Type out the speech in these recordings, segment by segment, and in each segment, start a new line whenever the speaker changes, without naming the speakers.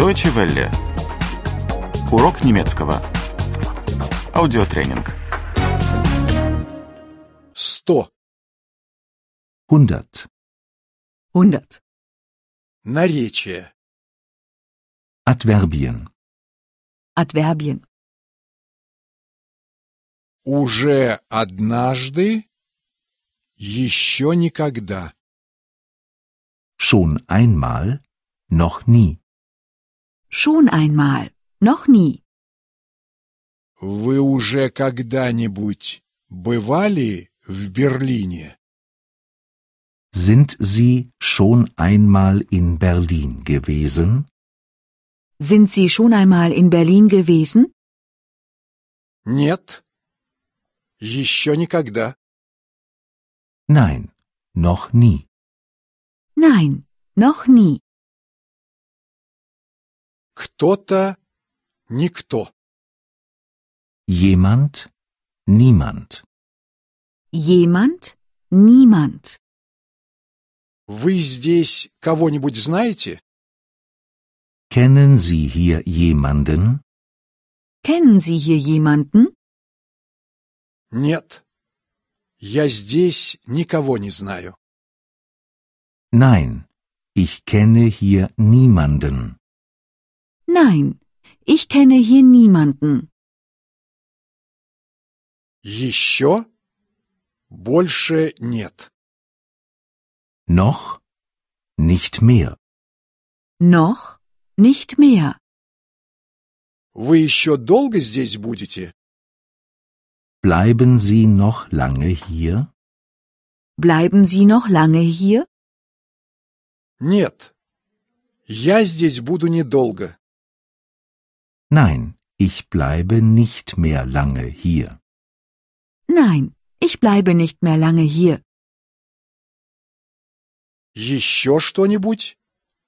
Deutsche Welle. Урок немецкого. Аудиотренинг.
100.
100.
100.
Наречие.
Adverbien.
Adverbien.
Уже однажды, еще никогда.
Schon einmal, noch nie.
Schon einmal. Noch nie.
Вы уже когда-нибудь бывали в Берлине?
Sind Sie schon einmal in Berlin gewesen?
Sind Sie schon einmal in Berlin gewesen?
Нет. Еще никогда.
Nein, noch nie.
Nein. Noch nie.
Кто-то, никто.
Jemand? Niemand.
Jemand? Niemand.
Вы здесь кого-нибудь знаете?
Kennen Sie hier jemanden?
Kennen Sie hier jemanden?
Нет. Я здесь никого не знаю.
Nein, ich kenne hier niemanden.
Nein. Ich kenne hier niemanden.
Еще? Больше нет.
Noch? Nicht mehr.
Noch? Nicht mehr.
Вы еще долго здесь будете?
Bleiben Sie noch lange hier?
Bleiben Sie noch lange hier?
Нет. Я здесь буду недолго.
Nein, ich bleibe nicht mehr lange hier.
Nein. Ich bleibe nicht mehr lange hier.
Еще что-нибудь?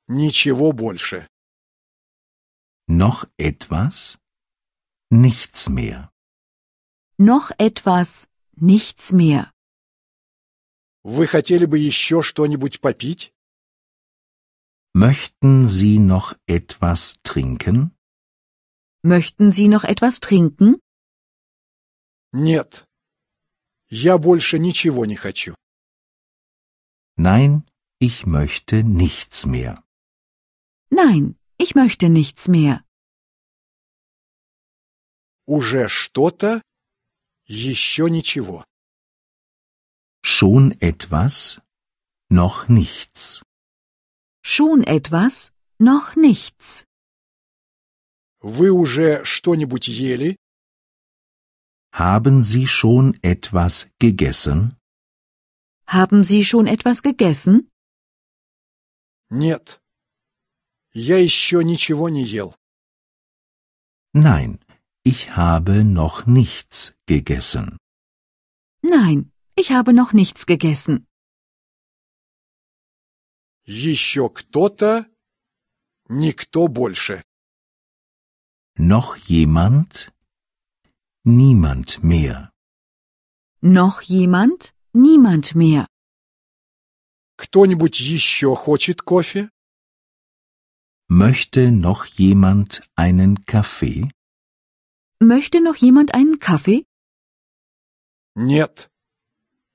Ничего больше.
Noch etwas? Nichts mehr.
Noch etwas? Nichts mehr.
Вы хотели бы еще что-нибудь попить?
Möchten Sie noch etwas trinken?
Möchten Sie noch etwas trinken?
Нет. Я больше ничего не хочу.
Nein, ich möchte nichts mehr.
Nein. Ich möchte nichts mehr.
Уже что-то, еще ничего.
Schon etwas? Noch nichts.
Schon etwas? Noch nichts.
Вы уже что-нибудь ели?
Haben Sie schon etwas gegessen?
Haben Sie schon etwas gegessen?
Нет. Я еще ничего не ел.
Nein, ich habe noch nichts gegessen.
Nein, ich habe noch nichts gegessen.
Еще кто-то, никто больше.
Noch jemand? Niemand mehr.
Noch jemand? Niemand mehr.
Кто-нибудь еще хочет кофе?
Möchte noch jemand einen Kaffee?
Möchte noch jemand einen Kaffee?
Нет.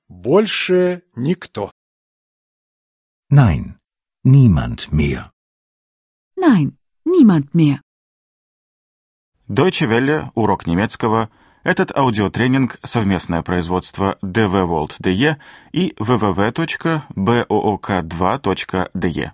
Больше никто.
Nein, niemand mehr.
Nein, niemand mehr.
Deutsche Welle. Урок немецкого. Этот аудиотренинг – совместное производство DW World DE и www.book2.de.